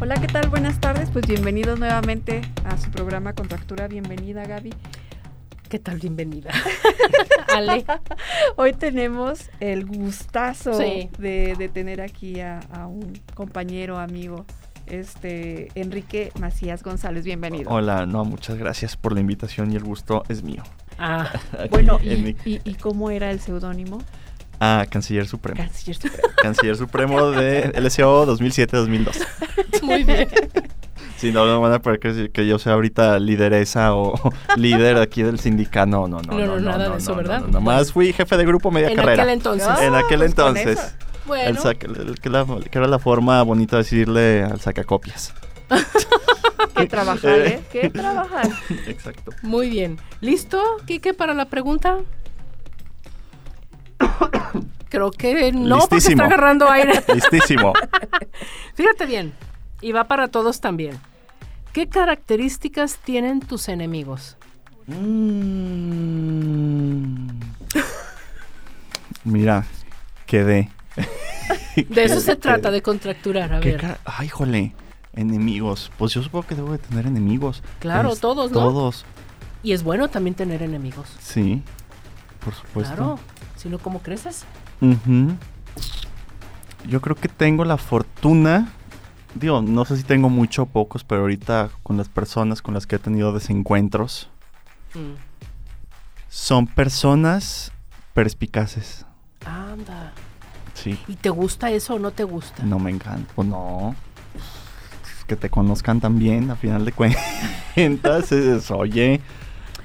Hola, ¿qué tal? Buenas tardes. Pues bienvenidos nuevamente a su programa Contractura. Bienvenida, Gaby. ¿Qué tal? Bienvenida. Ale. Hoy tenemos el gustazo Sí. de, de tener aquí a, a un compañero, amigo, este Enrique Macías González. Bienvenido. Hola, no, muchas gracias por la invitación y el gusto es mío. Ah, Aquí Bueno, en y, mi- y- y cómo era el seudónimo? Ah, Canciller Supremo. Canciller Canciller Supremo de LSO 2007-2012. Muy bien. Si no, no van a poder creer que yo sea ahorita lideresa o líder aquí del sindicato. No, no, no. No, no, nada de eso, ¿verdad? no, no, nomás fui jefe de grupo media En carrera. aquel entonces. Ah, en aquel pues con entonces. eso. El Bueno, saca- el- el- que, la- que era la forma bonita de decirle al sacacopias. ¿Qué trabajar, eh? ¿Qué trabajar? Exacto. muy bien. ¿Listo, Quique, para la pregunta? Creo que no, porque Listísimo. está agarrando aire. Listísimo. Fíjate bien, y va para todos también. ¿Qué características tienen tus enemigos? Mm. Mira, quedé. De eso se ¿Qué- trata, de contracturar. A qué ver, ca- Ay, jole. Enemigos. Pues yo supongo que debo de tener enemigos. Claro, Es- todos, ¿no? Todos, y es bueno también tener enemigos. sí. Por supuesto. Claro, si no, ¿cómo creces? Ujú. Yo creo que tengo la fortuna. Digo, no sé si tengo mucho o pocos, pero ahorita con las personas con las que he tenido desencuentros, Mm. son personas perspicaces. Anda. Sí, ¿Y te gusta eso o no te gusta? No me encanta. Pues no. Que te conozcan también, a final de cuentas. es, oye.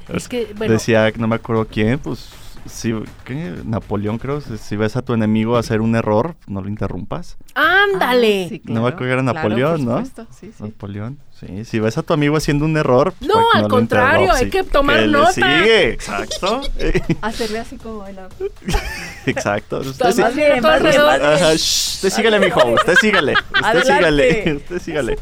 Es que, bueno, Decía, no me acuerdo quién, pues. Si, ¿qué? Napoleón, creo. Si si ves a tu enemigo hacer un error, no lo interrumpas. ándale. Ah, sí, No me acuerdo que era Napoleón, ¿no? por supuesto, Sí, sí. Napoleón. Sí, si ves a tu amigo haciendo un error. pues, No, para que al lo contrario, interrumpas, hay sí. que tomar le nota. sigue, exacto. eh, Hacerle así como el... exacto. Usted, Más sí- Más bien, bien, todo más bien, alrededor. Ajá, shh, usted sígale, mijo. Usted sígale. Usted Adelante. sígale. Usted sígale.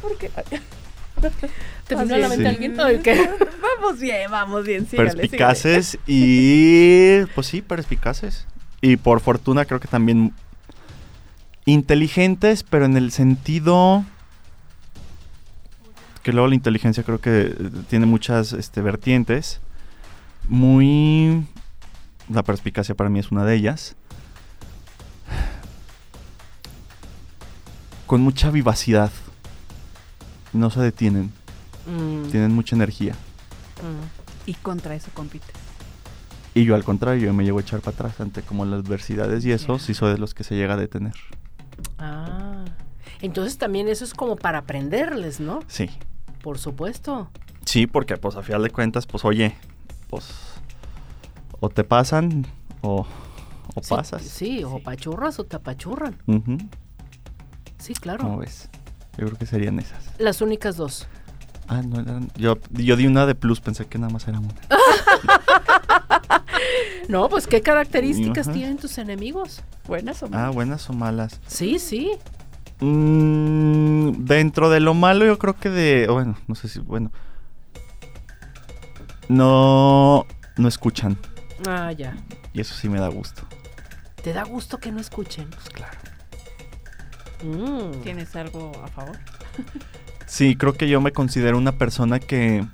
¿Te vino a Así la es. mente Sí. alguien? Ay, ¿qué? Vamos bien, vamos bien, sígale, sígale. perspicaces y pues sí, perspicaces. Y por fortuna creo que también inteligentes, pero en el sentido que luego la inteligencia creo que eh, tiene muchas este, vertientes. Muy la perspicacia para mí es una de ellas. Con mucha vivacidad. No se detienen, Mm, tienen mucha energía. mm. Y contra eso compite. Y yo al contrario, yo me llevo a echar para atrás ante como las adversidades y eso, sí soy de los que se llega a detener. Ah. Entonces también eso es como para aprenderles, ¿no? Sí. Por supuesto. Sí, porque pues a final de cuentas, pues oye, pues o te pasan o, o Sí, pasas. Sí, o pachurras o te apachurran. Ujú, Sí, claro. ¿Cómo ves? Yo creo que serían esas. Las únicas dos. Ah, no eran. Yo, yo di una de plus, pensé que nada más era una. No, pues ¿qué características Ajá. tienen tus enemigos? Buenas o Ah, malas. buenas o malas. Sí, sí. Mm, dentro de lo malo, yo creo que de. Bueno, no sé si. Bueno. No. No escuchan. Ah, ya. Y eso sí me da gusto. ¿Te da gusto que no escuchen? Pues claro. Mm. ¿Tienes algo a favor? Sí, creo que yo me considero una persona que.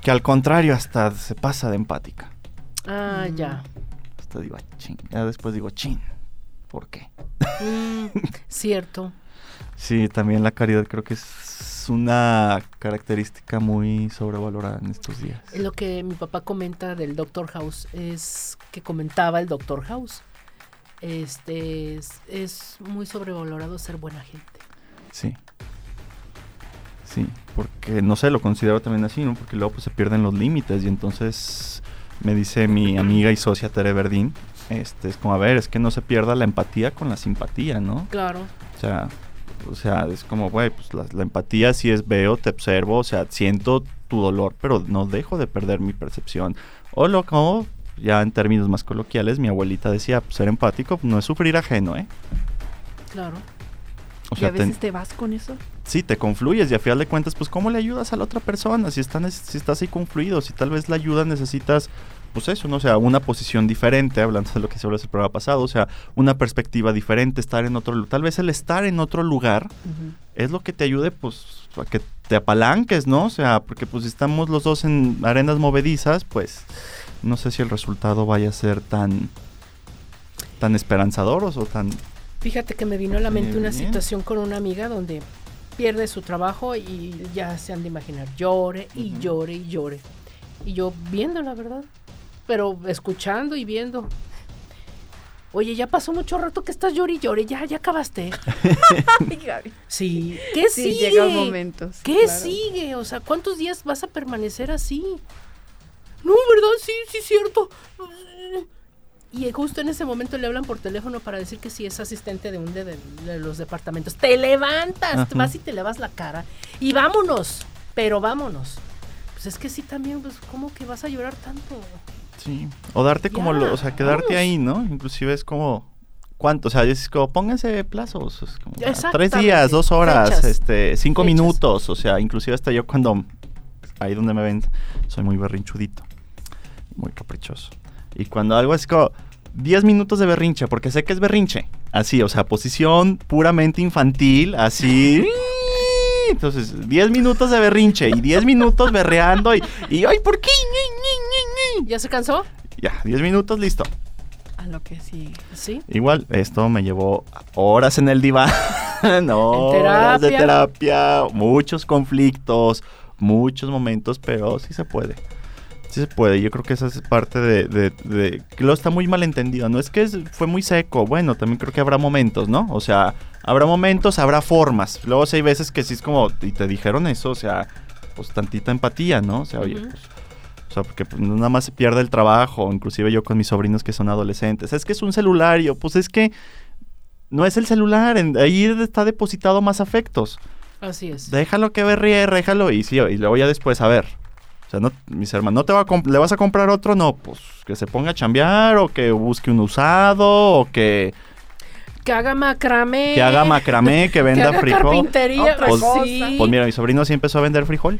que al contrario, hasta se pasa de empática. Ah, Mm. ya. Hasta digo, "Ah, chin. Ya después digo, chin. ¿Por qué? Mm, Cierto. Sí, también la caridad creo que es una característica muy sobrevalorada en estos días. Lo que mi papá comenta del Doctor House es que comentaba el Doctor House. Este es, es muy sobrevalorado ser buena gente. Sí. Sí, porque no sé, lo considero también así, ¿no? Porque luego pues, se pierden los límites y entonces me dice mi amiga y socia Tere Verdín, este, es como, a ver, es que no se pierda la empatía con la simpatía, ¿no? Claro. O sea, o sea, es como, güey, pues la, la empatía sí es veo, te observo, o sea, siento tu dolor, pero no dejo de perder mi percepción. O lo como, ya en términos más coloquiales, mi abuelita decía, "Pues, ser empático no es sufrir ajeno, ¿eh? Claro. O y a sea, te- veces te vas con eso. sí, te confluyes y a final de cuentas, pues cómo le ayudas a la otra persona si, están, si estás ahí confluido, si tal vez la ayuda necesitas, pues eso, ¿no? O sea, una posición diferente, hablando de lo que se habló en el programa pasado, o sea, una perspectiva diferente, estar en otro lugar, tal vez el estar en otro lugar es lo que te ayude, pues, a que te apalanques, ¿no? O sea, porque pues si estamos los dos en arenas movedizas, pues no sé si el resultado vaya a ser tan tan esperanzador o tan Fíjate que me vino a la mente Muy una bien. situación con una amiga donde pierde su trabajo y ya se han de imaginar, llore y Ujú. llore y llore. Y yo viendo, la verdad, pero escuchando y viendo. Oye, ya pasó mucho rato que estás llore y llore, ya, ya acabaste. Sí, ¿qué sí, sigue? llega un momento. sí, ¿Qué claro. sigue? O sea, ¿cuántos días vas a permanecer así? No, ¿verdad? Sí, sí, cierto. Y justo en ese momento le hablan por teléfono para decir que sí es asistente de un de, de- de los departamentos. Te levantas, Ajá. te vas y te lavas la cara y vámonos, pero vámonos. Pues es que sí también, pues ¿cómo que vas a llorar tanto? Sí. O darte como, lo- Ya, o sea, quedarte vámonos. ahí, ¿no? Inclusive es como, ¿cuánto? O sea, es como, pónganse plazos. es como, ah, tres Exactamente. días, dos horas, Fechas. este, cinco Fechas. minutos. O sea, inclusive hasta yo cuando, ahí donde me ven, soy muy berrinchudito. Muy caprichoso. Y cuando algo es como, diez minutos de berrinche, porque sé que es berrinche. Así, o sea, posición puramente infantil, así... Entonces, 10 minutos de berrinche y 10 minutos berreando y, y ay, ¿por qué? Ñi, ñi, ñi, ñi. ¿Ya se cansó? Ya, 10 minutos, listo. A lo que sí. Sí. Igual, esto me llevó horas en el diván, horas de terapia, muchos conflictos, muchos momentos, pero sí se puede. Sí se puede, yo creo que esa es parte de... de- de- que lo está muy mal entendido, no es que es- fue muy seco, bueno, también creo que habrá momentos, ¿no? O sea, habrá momentos, habrá formas. Luego sí hay veces que sí es como, y te dijeron eso, o sea, pues tantita empatía, ¿no? O sea, oye, Ujú. pues, o sea, porque pues, nada más se pierde el trabajo, inclusive yo con mis sobrinos que son adolescentes. Es que es un celular, y yo, pues es que no es el celular, en- ahí está depositado más afectos. Así es. Déjalo que berríe, déjalo, y sí, y luego ya después, a ver. O sea, no, mis hermanos, ¿no te va a comp- ¿le vas a comprar otro? No, pues que se ponga a chambear, o que busque un usado, o que, Que haga macramé. que haga macramé, que venda que haga frijol. carpintería. Otra Pues- cosa. sí. Pues mira, mi sobrino sí empezó a vender frijol.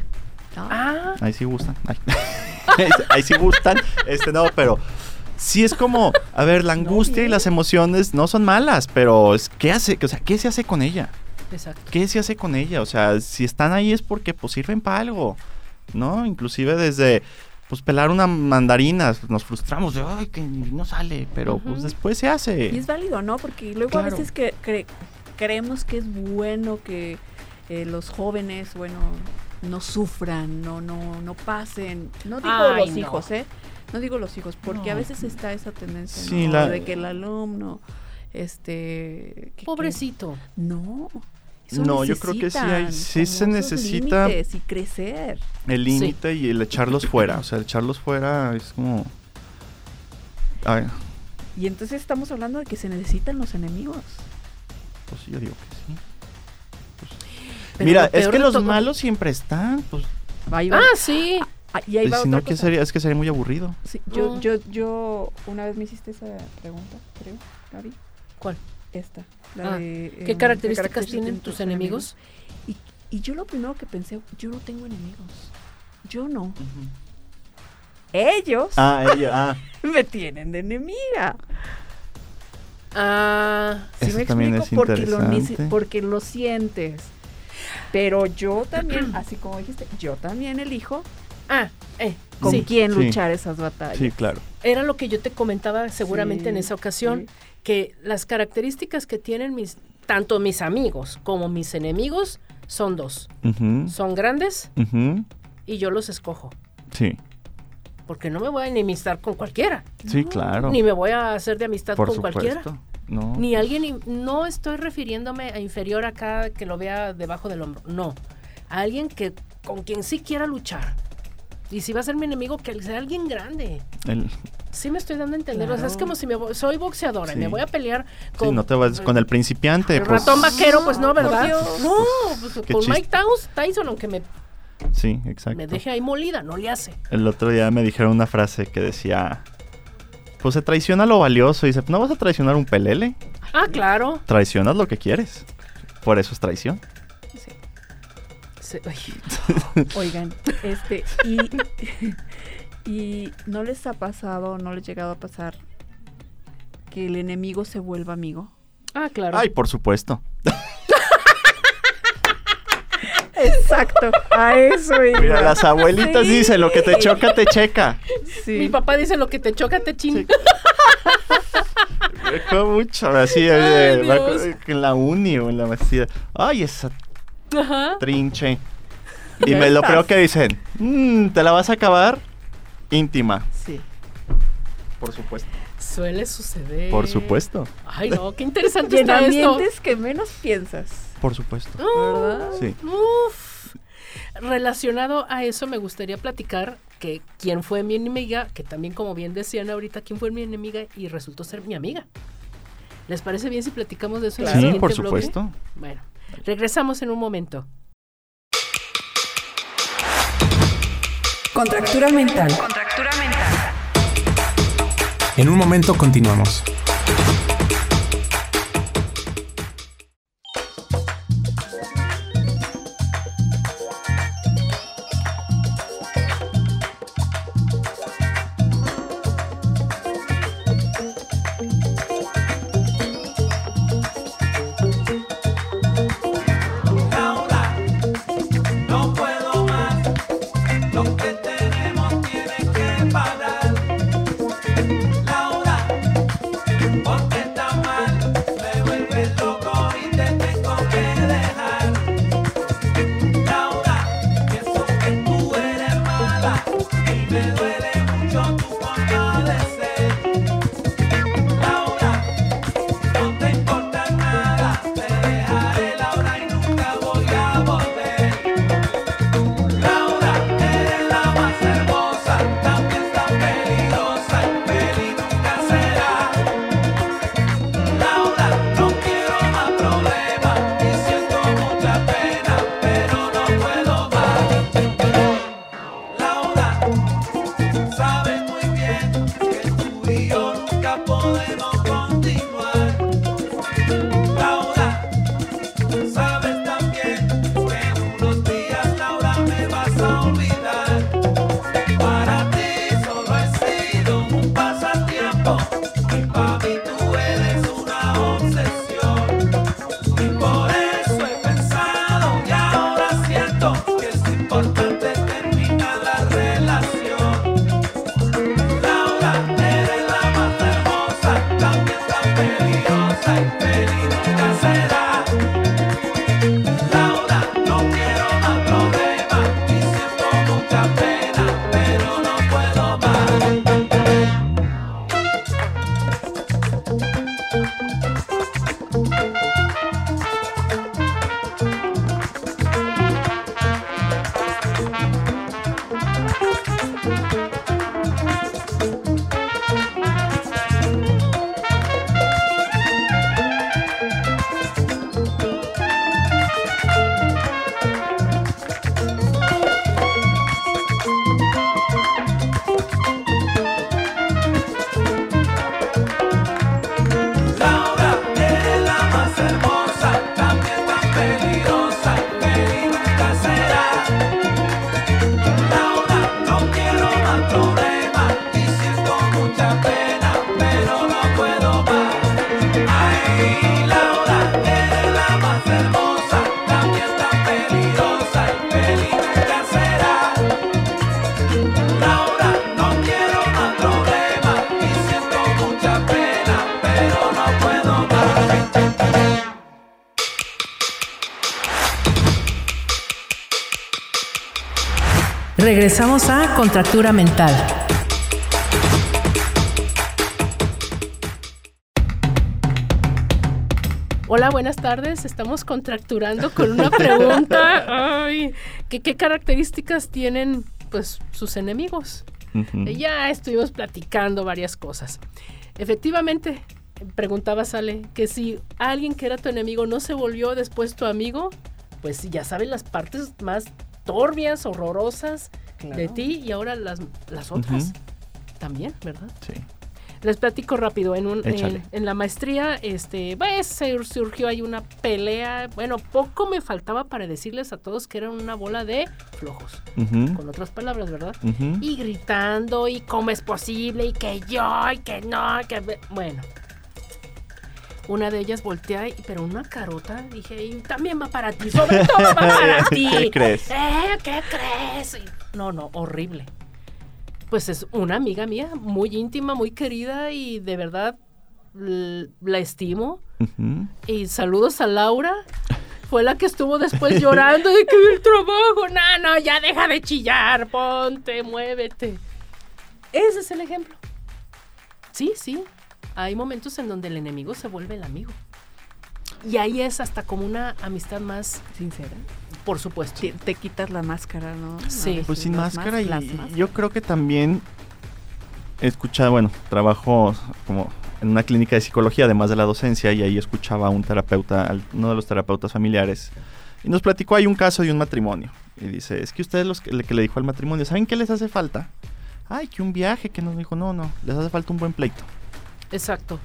Ah, Ahí sí gustan. Ay. Ahí sí- Ahí sí gustan. Este no, pero sí es como, a ver, la angustia y las emociones no son malas, pero es qué hace, o sea, ¿qué se hace con ella? exacto. ¿Qué se hace con ella? O sea, si están ahí es porque pues sirven para algo, ¿no? Inclusive desde pues pelar una mandarina, nos frustramos de, ay, que no sale, pero pues Ujú. después se hace. Y es válido, ¿no? Porque luego a Claro. veces que cre- creemos que es bueno que eh, los jóvenes, bueno, no sufran, no, no, no pasen. No digo Ay, los no. hijos, ¿eh? No digo los hijos, porque a No. veces está esa tendencia Sí, ¿no? la- de que el alumno, este, que- que- Pobrecito. no. eso No, yo creo que sí hay- necesitan sí se como esos necesita- límites y crecer. El límite y el echarlos fuera, o sea, el echarlos fuera es como... ah, Ay, Y entonces estamos hablando de que se necesitan los enemigos. Pues yo digo que sí. Pues- Pero Mira, lo es peor que de los todo- malos siempre están. Pues, Ahí va- Ah, sí. ah, y ahí va si otra no, ¿qué cosa. sería? Ah. es que sería muy aburrido. Sí, yo, Mm. yo, yo, una vez me hiciste esa pregunta, creo, Gaby. ¿Cuál? Esta. La Ah, de, ¿Qué em, características tienen tus enemigos? Y yo lo primero que pensé, yo no tengo enemigos. Yo no. Ellos Ah, ella, ah. me tienen de enemiga. Ah, ¿Sí Eso me también explico? es porque, lo, nece- interesante. porque lo sientes. Pero yo también, así como dijiste, yo también elijo ah, eh, con sí. quién Sí. luchar esas batallas. Sí, claro. Era lo que yo te comentaba seguramente en Sí, esa ocasión, sí. que las características que tienen mis, tanto mis amigos como mis enemigos son dos. Mm. Ujú, Son grandes ujú, y yo los escojo, Sí, porque no me voy a enemistar con cualquiera, sí, No, claro. ni me voy a hacer de amistad Por con supuesto. cualquiera. No. Ni alguien, in- no estoy refiriéndome a inferior acá que lo vea debajo del hombro, no. A alguien que con quien sí quiera luchar. Y si va a ser mi enemigo, que sea alguien grande. el- Sí me estoy dando a entender. O sea, es Claro. como si me vo- soy boxeadora y me Sí. voy a pelear sí, con, no te vas con el principiante. el pues, ratón vaquero, pues no, por ¿verdad? Dios. No, pues, Qué con chiste. Mike Tyson, Tyson, aunque me Sí, exacto. Me deje ahí molida, no le hace. El otro día me dijeron una frase que decía, pues se traiciona lo valioso. Y dice, no vas a traicionar un pelele, Ah, claro. traicionas lo que quieres. Por eso es traición. Sí. Se- ay, Oigan, este, y, y no les ha pasado, no les ha llegado a pasar que el enemigo se vuelva amigo. Ah, claro. Ay, por supuesto. Exacto, a eso iba. Mira, las abuelitas Sí. dicen, lo que te choca, te checa. Sí. Mi papá dice lo que te choca, te chinga. Me acuerdo mucho, así, eh, me acuerdo que en la uni o en la maestría. Ay, esa Ajá. trinche. Y me lo creo que dicen, "Mm, te la vas a acabar íntima. Sí. Por supuesto. Suele suceder. Por supuesto. Ay, no, qué Y interesante en está esto. ambientes que menos piensas, Por supuesto. ¿verdad? Sí. Uf. Relacionado a eso, me gustaría platicar que quién fue mi enemiga, que también, como bien decían ahorita, quién fue mi enemiga y resultó ser mi amiga. ¿Les parece bien si platicamos de eso en el Sí, siguiente por bloque? supuesto. Bueno, regresamos en un momento. Contractura mental. En un momento continuamos. No puedo más, lo que tenemos tiene que parar. Laura, porque está mal, me vuelves loco y te tengo que dejar. Laura, pienso que tú eres mala y me duele mucho tu forma de ser. Laura, no te importa nada, te dejaré Laura y nunca voy a volver. Laura, eres la más hermosa, también está peligrosa, y feliz nunca será. Laura, no quiero más problemas, y siento mucha pena, pero no puedo más. Laura, sabes muy bien que tú y yo nunca podemos continuar. Laura, Sabes también que en unos días Laura me vas a olvidar. Para ti solo he sido un pasatiempo y para mí tú eres una obsesión. Y por eso he pensado y ahora siento que es importante terminar la relación. Laura, eres la más hermosa, también tan peligrosa y feliz nunca será. Laura, no quiero más problemas y siento mucha pena, pero no puedo más. Laura, eres la más hermosa, también tan peligrosa y feliz nunca será. Laura, no quiero más problemas y siento mucha pena, pero no puedo más. Ay, Laura, eres la más hermosa, también tan peligrosa y feliz nunca será. Laura, no quiero más problemas y siento mucha pena, pero no puedo más. Regresamos a Contractura mental. Hola, buenas tardes. Estamos contracturando con una pregunta. Ay, ¿qué, qué características tienen pues sus enemigos? Ujú. Eh, Ya estuvimos platicando varias cosas. Efectivamente, preguntaba Sale que si alguien que era tu enemigo no se volvió después tu amigo, pues ya sabes las partes más turbias, horrorosas de Claro. ti y ahora las, las otras Ujú. también, ¿verdad? Sí. Les platico rápido, en, un, Échale. en, en la maestría, este, pues, se- surgió ahí una pelea, bueno, poco me faltaba para decirles a todos que eran una bola de flojos, Ujú, con otras palabras, ¿verdad? ujú. Y gritando, y cómo es posible, y que yo, y que no, y que... ve- Bueno. Una de ellas voltea, y- pero una carota, dije, y también va para ti, sobre todo va para ti. ¿Qué crees? ¿Eh? ¿Qué crees? Y- No, no, horrible. Pues es una amiga mía, muy íntima, muy querida y de verdad l- la estimo. Ujú. Y saludos a Laura. Fue la que estuvo después llorando de que el trabajo, no, no, ya deja de chillar, ponte, muévete. Ese es el ejemplo. Sí, sí. Hay momentos en donde el enemigo se vuelve el amigo. Y ahí es hasta como una amistad más, Sincera. por supuesto. Te, te quitas la máscara, ¿no? A Sí. veces Pues sin las máscara más- y las y máscaras. yo creo que también he escuchado, bueno, trabajo como en una clínica de psicología además de la docencia y ahí escuchaba a un terapeuta, al- uno de los terapeutas familiares y nos platicó hay un caso de un matrimonio y dice, es que ustedes los que le, que le dijo al matrimonio, ¿saben qué les hace falta? Ay, que un viaje, que nos dijo, no, no, les hace falta un buen pleito. Exacto.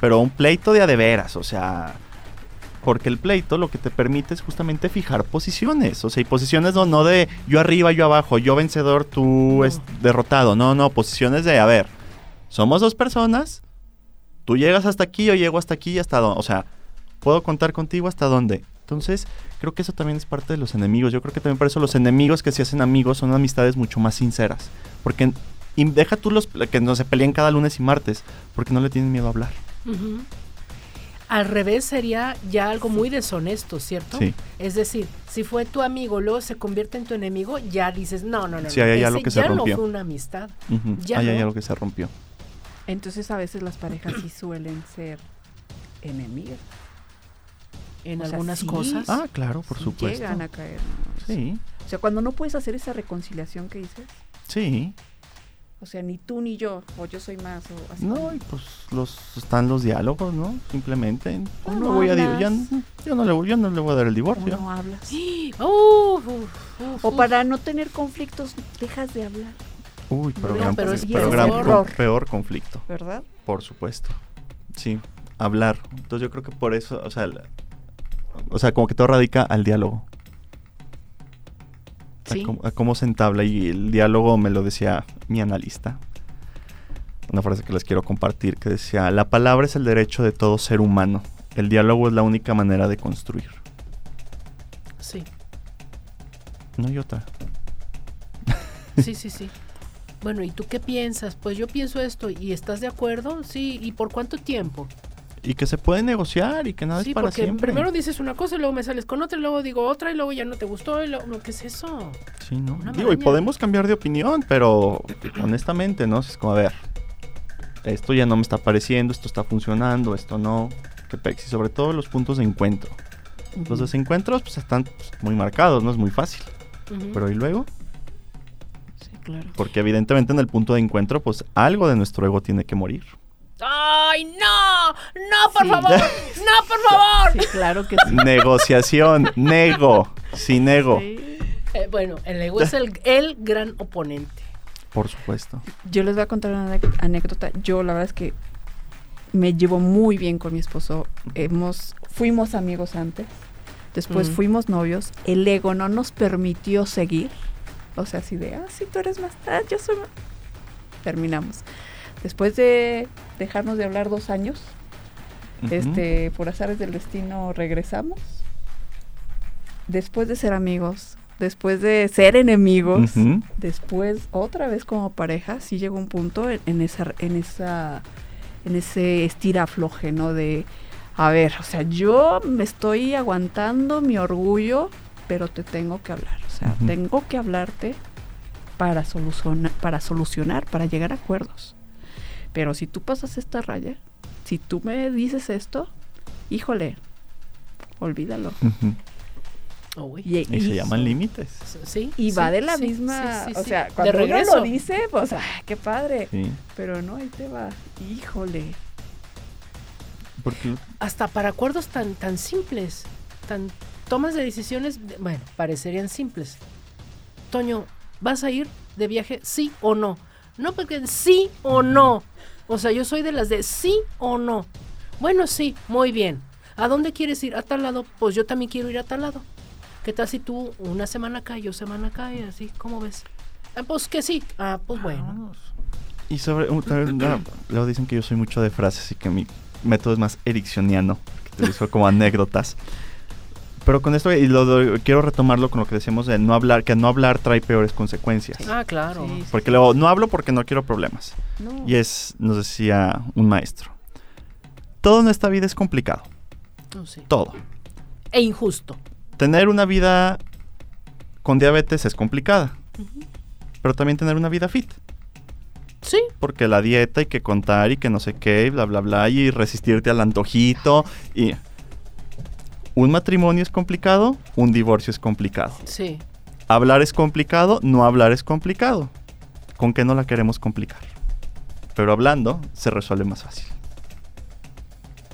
Pero un pleito de a de veras, o sea, porque el pleito lo que te permite es justamente fijar posiciones, o sea, y posiciones no, no de yo arriba, yo abajo, yo vencedor, tú No. es derrotado, no, no, posiciones de, a ver, somos dos personas, tú llegas hasta aquí, yo llego hasta aquí y hasta dónde, o sea, puedo contar contigo hasta dónde. Entonces, creo que eso también es parte de los enemigos, yo creo que también por eso los enemigos que se hacen amigos son amistades mucho más sinceras, porque y deja tú los que no se peleen cada lunes y martes, porque no le tienen miedo a hablar. Ujú. Al revés sería ya algo muy deshonesto, ¿cierto? Sí. Es decir, si fue tu amigo, luego se convierte en tu enemigo, ya dices, no, no, no, Sí, no, ahí hay ese algo que se ya rompió. no fue una amistad. Ujú. Ya Ahí no. hay algo que se rompió. Entonces a veces las parejas sí suelen ser enemigas. En O sea, algunas sí. cosas. Ah, claro, por Sí supuesto. Llegan a caer. ¿no? Sí, O sea, cuando no puedes hacer esa reconciliación que dices, sí. o sea, ni tú ni yo, o yo soy más, o así. No, como- y pues los están los diálogos, ¿no? Simplemente. O no Ah, no voy a di- hablas. ya n- yo no le voy, yo no le voy a dar el o divorcio. no hablas. Uf, uf, uf, O uf. para no tener conflictos, dejas de hablar, Uy, pero, No, gran, pero conflicto, sí pero es gran peor. con- peor conflicto, ¿verdad? por supuesto. Sí, hablar. Entonces yo creo que por eso, o sea, la- o sea, como que todo radica al diálogo. a Sí. cómo- a cómo se entabla y el diálogo me lo decía mi analista. Una frase que les quiero compartir que decía, la palabra es el derecho de todo ser humano. El diálogo es la única manera de construir. Sí, No hay otra. sí, sí, sí. Bueno, ¿y tú qué piensas? Pues yo pienso esto, ¿y estás de acuerdo? Sí, ¿y por cuánto tiempo? Y que se puede negociar y que nada sí, es para porque siempre. primero dices una cosa y luego me sales con otra y luego digo otra y luego ya no te gustó y luego, no, ¿qué es eso? Sí, ¿no? Una Digo, y maraña. podemos cambiar de opinión, pero honestamente, ¿no? Es como, a ver, esto ya no me está pareciendo, esto está funcionando, esto no. Que pexi, sobre todo los puntos de encuentro. Los desencuentros pues están pues, muy marcados, no es muy fácil. Ujú. Pero ¿y luego? Sí, claro. Porque evidentemente en el punto de encuentro, pues algo de nuestro ego tiene que morir. ¡Ay, no! ¡No, por Sí. favor! ¡No, por favor! Sí, claro que sí. Negociación, nego, sin ego. Sí. Eh, bueno, el ego es el, el gran oponente. Por supuesto. Yo les voy a contar una anec- anécdota. Yo la verdad es que me llevo muy bien con mi esposo. Hemos, fuimos amigos antes, después Ujú. fuimos novios. El ego no nos permitió seguir. O sea, así de, ah, sí, tú eres más tal, yo soy más... Terminamos. Después de dejarnos de hablar dos años, Ujú. este, por azares del destino regresamos. Después de ser amigos, después de ser enemigos, Ujú. después otra vez como pareja sí llegó un punto en, en esa en esa en ese estirafloje no de a ver o sea yo me estoy aguantando mi orgullo pero te tengo que hablar o sea Ujú. tengo que hablarte para solucionar para solucionar para llegar a acuerdos pero si tú pasas esta raya si tú me dices esto híjole olvídalo Ujú. Uy. y, Y se y- llaman límites. Oh, Sí, y sí, va de la sí, misma sí, sí, o sí. sea De cuando uno regreso. lo dice pues ay, qué padre Sí. pero no, ahí te va. Híjole. Porque Hasta para acuerdos tan, tan simples, tan tomas de decisiones, de- bueno, parecerían simples, Toño, ¿vas a ir de viaje sí o no? No, porque sí o no. O sea, yo soy de las de sí o no. Bueno, sí, muy bien. ¿A dónde quieres ir? A tal lado. Pues yo también quiero ir a tal lado. ¿Qué tal si tú una semana acá y yo semana acá y así? ¿Cómo ves? Ah, pues que sí. Ah, pues bueno. Y sobre. uh, tal- ah, luego dicen que yo soy mucho de frases y que mi método es más ericksoniano, que te digo como anécdotas. Pero con esto, y lo doy- quiero retomarlo con lo que decíamos de no hablar, que no hablar trae peores consecuencias. Ah, claro. Sí, sí, Porque luego, no hablo porque no quiero problemas. no. Y es, nos decía un maestro, todo en esta vida es complicado, No sé. todo. E injusto. Tener una vida con diabetes es complicada, pero también tener una vida fit. Sí. porque la dieta hay que contar y que no sé qué, y bla, bla, bla, y resistirte al antojito. Y un matrimonio es complicado, un divorcio es complicado. Sí. Hablar es complicado, no hablar es complicado. ¿Con qué no la queremos complicar? Pero hablando se resuelve más fácil.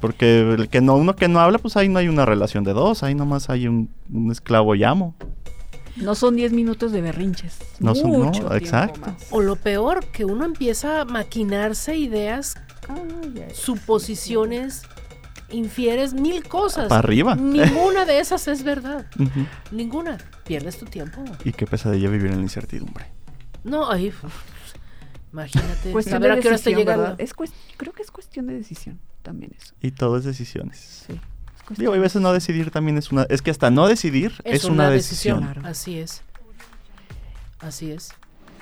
Porque el que no, uno que no habla, pues ahí no hay una relación de dos, ahí nomás hay un, un esclavo y amo. No son 10 minutos de berrinches. No son- no, mucho tiempo exacto. más. O lo peor, que uno empieza a maquinarse ideas, Ay, ay. suposiciones, infieres mil cosas. Para arriba. Ninguna de esas es verdad. Ujú. Ninguna. Pierdes tu tiempo. Y qué pesadilla vivir en la incertidumbre. No, ahí. Imagínate. Cuestión saber de a qué hora estoy decisión, llegando. ¿verdad? Es cues- creo que es cuestión de decisión también eso. Y todo es decisiones. Sí. es cuestión Digo, hay de veces no decisión. decidir también es una... Es que hasta no decidir es, una, decisión. Claro. Así es. Así es.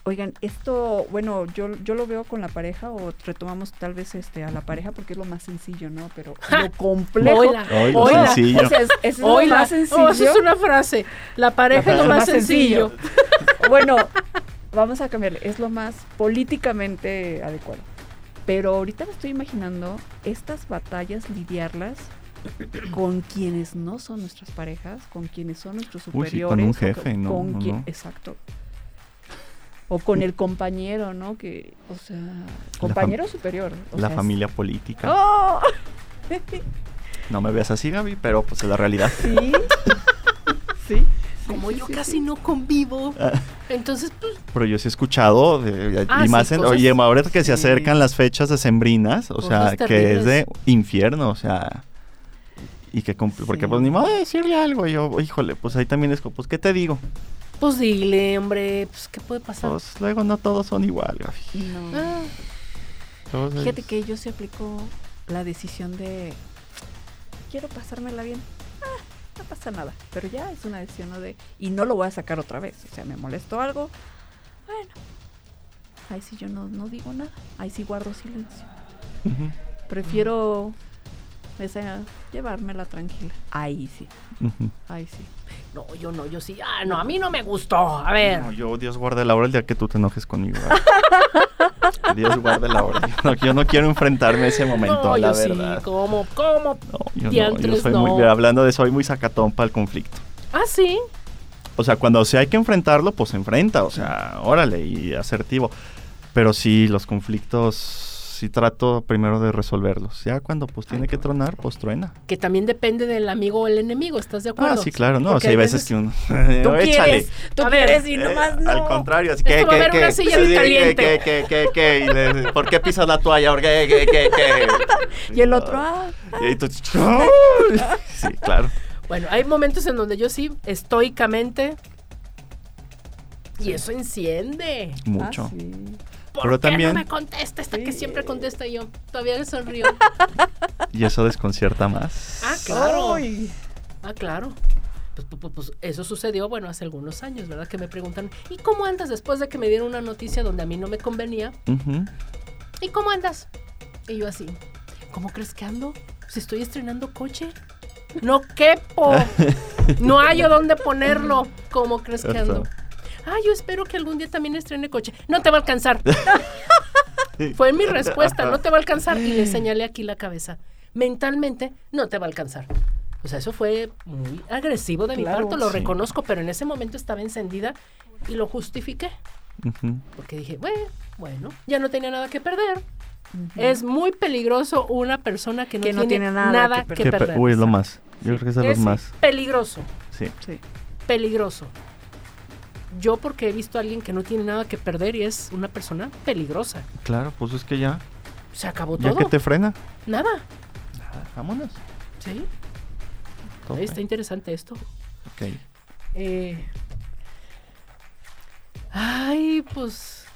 Oigan, esto, bueno, yo, yo lo veo con la pareja o retomamos tal vez este a la pareja porque es lo más sencillo, ¿no? Pero lo complejo. Hola. Ay, lo Hola. sencillo. O sea, es, es lo Hola. más sencillo. Oh, eso es una frase. La pareja es lo más, sencillo. bueno, vamos a cambiarle. Es lo más políticamente adecuado. Pero ahorita me estoy imaginando estas batallas, lidiarlas con quienes no son nuestras parejas, con quienes son nuestros Uy, sí, superiores. con un o que- jefe, no, con no, quien- no. Exacto. O con el compañero, ¿no? Que, o sea, compañero superior. o La sea, es- familia política. ¡Oh! No me veas así, Gaby, pero pues es la realidad. Sí. sí. Como sí, yo sí, casi sí. no convivo. Ah. Entonces, pues, Pero yo sí he escuchado, de- Ah, y sí, más en- cosas- oye, ahora que se Sí. acercan las fechas decembrinas, o sea, Cosas que es de terribles. infierno, o sea... Y que compl- porque Sí. pues ni modo de decirle algo, y yo, híjole, pues ahí también es, co- pues ¿qué te digo? pues dile, hombre, pues, ¿qué puede pasar? Pues luego no todos son igual, Gaby. No. Ah, Todos Fíjate es- que yo se aplicó la decisión de quiero pasármela bien. Ah, no pasa nada, pero ya es una decisión ¿no? de y no lo voy a sacar otra vez, o sea, me molestó algo. Bueno. Ahí sí yo no, no digo nada, ahí sí guardo silencio. Ujú, Prefiero Mm. esa, llevármela tranquila. Ahí sí, ujú. ahí sí. no, yo no, yo sí. Ah, no, a mí no me gustó. A ver. No, yo, Dios guarde la hora el día que tú te enojes conmigo. ¿verdad? Dios guarde la hora. Yo no, yo no quiero enfrentarme a ese momento, no, la yo verdad. sí. ¿Cómo? ¿Cómo? No, yo no, yo Diantres, soy no. muy, hablando de soy muy sacatón para el conflicto. Ah, sí. O sea, cuando sí hay que enfrentarlo, pues se enfrenta. O sea, órale, y asertivo. Pero sí, los conflictos sí trato primero de resolverlos. Ya cuando pues tiene que tronar, pues truena. Que también depende del amigo o el enemigo, ¿estás de acuerdo? Ah, sí, claro, no. Porque O sea, hay veces que uno. Tú Échale. quieres, tú A ver, quieres y nomás Eh, no. Al contrario, así Esto va que, a que, haber una que, silla sí, de que, caliente. que, que, que, y le- ¿por qué pisas la toalla? ¿Por qué, qué, qué, qué? Y el otro, ah, Y tú- sí, claro. Bueno, hay momentos en donde yo sí, estoicamente. Y eso enciende. Mucho. ah, sí. ¿Por Pero qué también- no me contesta esta que siempre contesta yo? Todavía le sonrío. Y eso desconcierta más. Ah, claro. Ay. Ah, claro. Pues, pu- pu- pues, eso sucedió, bueno, hace algunos años, ¿verdad? Que me preguntan, ¿y cómo andas después de que me dieron una noticia donde a mí no me convenía? Ujú. ¿Y cómo andas? Y yo así, ¿cómo crees que ando? Si estoy estrenando coche. No quepo. No hallo dónde ponerlo. ¿Cómo crees que ando? Ah, yo espero que algún día también estrene coche. No te va a alcanzar. Fue mi respuesta, no te va a alcanzar. Y le señalé aquí la cabeza. Mentalmente, no te va a alcanzar. O sea, eso fue muy agresivo de mi Claro. parte, lo Sí. reconozco, pero en ese momento estaba encendida y lo justifiqué. Ujú. Porque dije, "Bue- bueno, ya no tenía nada que perder. Es muy peligroso una persona que no, Que no tiene, tiene nada, nada que, que Qué pe- perder. Uy, es lo más. Yo creo que es de los Es más. peligroso, Sí. Sí. peligroso. Yo porque he visto a alguien que no tiene nada que perder y es una persona peligrosa. Claro, pues es que ya. Se acabó Ya todo. que te frena. Nada. Nada, vámonos. Sí. Tope. Está interesante esto. Ok. Eh, Ay, pues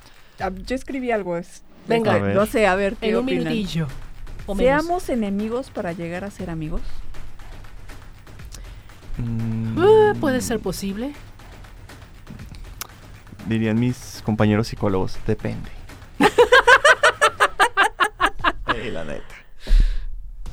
Ah, Yo escribí algo. es- Venga. A ver. no sé, a ver qué en un opinan? minutillo. o menos. Seamos enemigos para llegar a ser amigos. Mm, Ah, Puede ser posible. Dirían mis compañeros psicólogos, depende. Ey, la neta.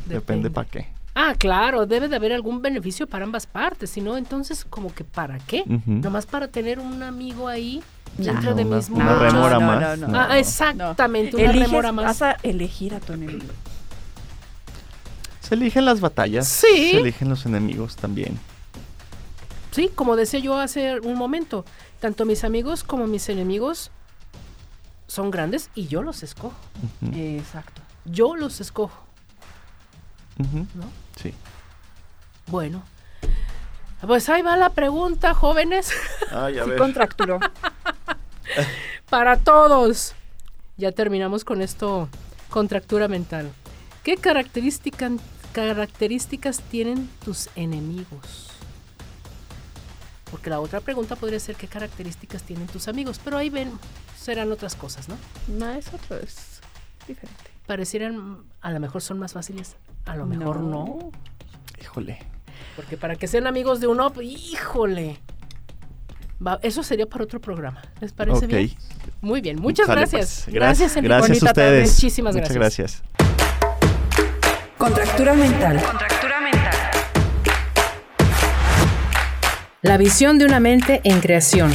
Depende, para qué. Ah, claro, debe de haber algún beneficio para ambas partes, si no, entonces como que para qué? Ujú. Nomás para tener un amigo ahí Nah. dentro de Una- mis una muros. remora No, no, más. no, No. no. Ah, exactamente, una Eliges, remora más. vas a elegir a tu enemigo. Se eligen las batallas. Sí. Se eligen los enemigos también. Sí, como decía yo hace un momento, tanto mis amigos como mis enemigos son grandes y yo los escojo. Ujú, Eh, Exacto. Yo los escojo, ujú. ¿no? Sí. Bueno. Pues ahí va la pregunta, jóvenes, Ay, Sí contracturó. para todos. Ya terminamos con esto, contractura mental. ¿Qué característica- características tienen tus enemigos? Porque la otra pregunta podría ser qué características tienen tus amigos, pero ahí ven, serán otras cosas, ¿no? no, es otro, es diferente. Parecieran, a lo mejor son más fáciles, a lo mejor no. Híjole. Porque para que sean amigos de uno, pues, híjole. Va, eso sería para otro programa. ¿Les parece ok. bien? Muy bien, muchas Sale, gracias. pues. Gracias, Gracias, Enrique. gracias Bonita a tarde. ustedes. Muchísimas Muchas gracias. gracias. Contractura mental. La visión de una mente en creación.